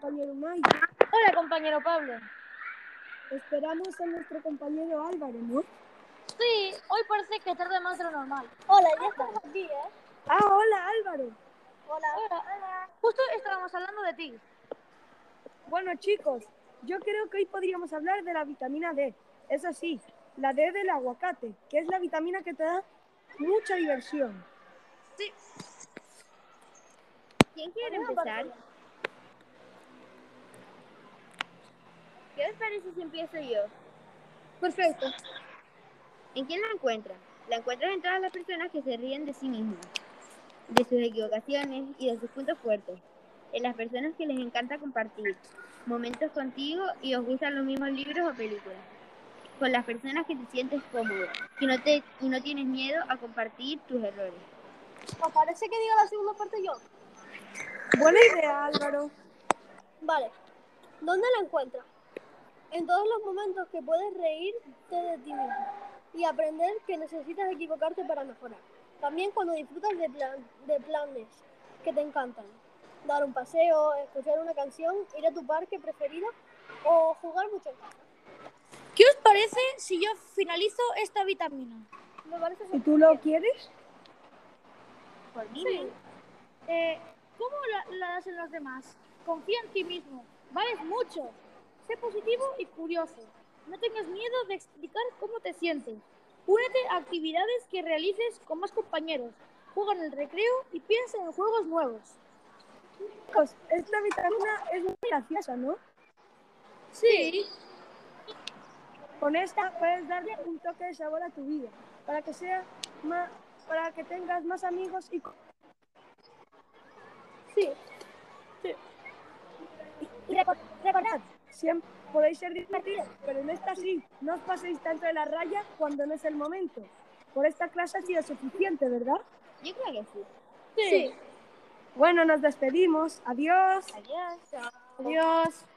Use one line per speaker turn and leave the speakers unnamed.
compañero Mike.
Hola, compañero Pablo.
Esperamos a nuestro compañero Álvaro, ¿no?
Sí, hoy parece que tarda más de lo normal.
Hola, ya estamos aquí, ¿eh?
Ah, hola Álvaro.
Hola.
Hola. Justo estábamos hablando de ti.
Bueno chicos, yo creo que hoy podríamos hablar de la vitamina D. Eso sí, la D del aguacate, que es la vitamina que te da mucha diversión.
Sí.
¿Quién quiere empezar? ¿Qué les parece si empiezo yo?
Perfecto.
¿En quién la encuentran? La encuentran en todas las personas que se ríen de sí mismas, de sus equivocaciones y de sus puntos fuertes. En las personas que les encanta compartir momentos contigo y os gustan los mismos libros o películas. Con las personas que te sientes cómodo que no te, y no tienes miedo a compartir tus errores.
¿Os parece que diga la segunda parte yo?
Buena idea Álvaro.
Vale. ¿Dónde la encuentras? En todos los momentos que puedes reírte de ti mismo y aprender que necesitas equivocarte para mejorar. También cuando disfrutas de, plan- de planes que te encantan. Dar un paseo, escuchar una canción, ir a tu parque preferido o jugar mucho en casa.
¿Qué os parece si yo finalizo esta vitamina?
Me parece
Si tú lo quieres,
Por mí,
Eh, ¿Cómo la, la das en los demás? Confía en ti mismo. Vales mucho. Sé positivo y curioso. No tengas miedo de explicar cómo te sientes. Únete a actividades que realices con más compañeros. Juega en el recreo y piensa en juegos nuevos.
chicos, pues, esta vitamina es muy graciosa, ¿no?
Sí.
Con esta puedes darle un toque de sabor a tu vida, para que sea más, para que tengas más amigos y
Sí,
Y reco- recordad, siempre podéis ser divertidos, pero en esta sí, no os paséis tanto de la raya cuando no es el momento. Por esta clase ha sido suficiente, ¿verdad?
yo creo que sí.
Sí.
Bueno, nos despedimos. Adiós.
Adiós.
Adiós.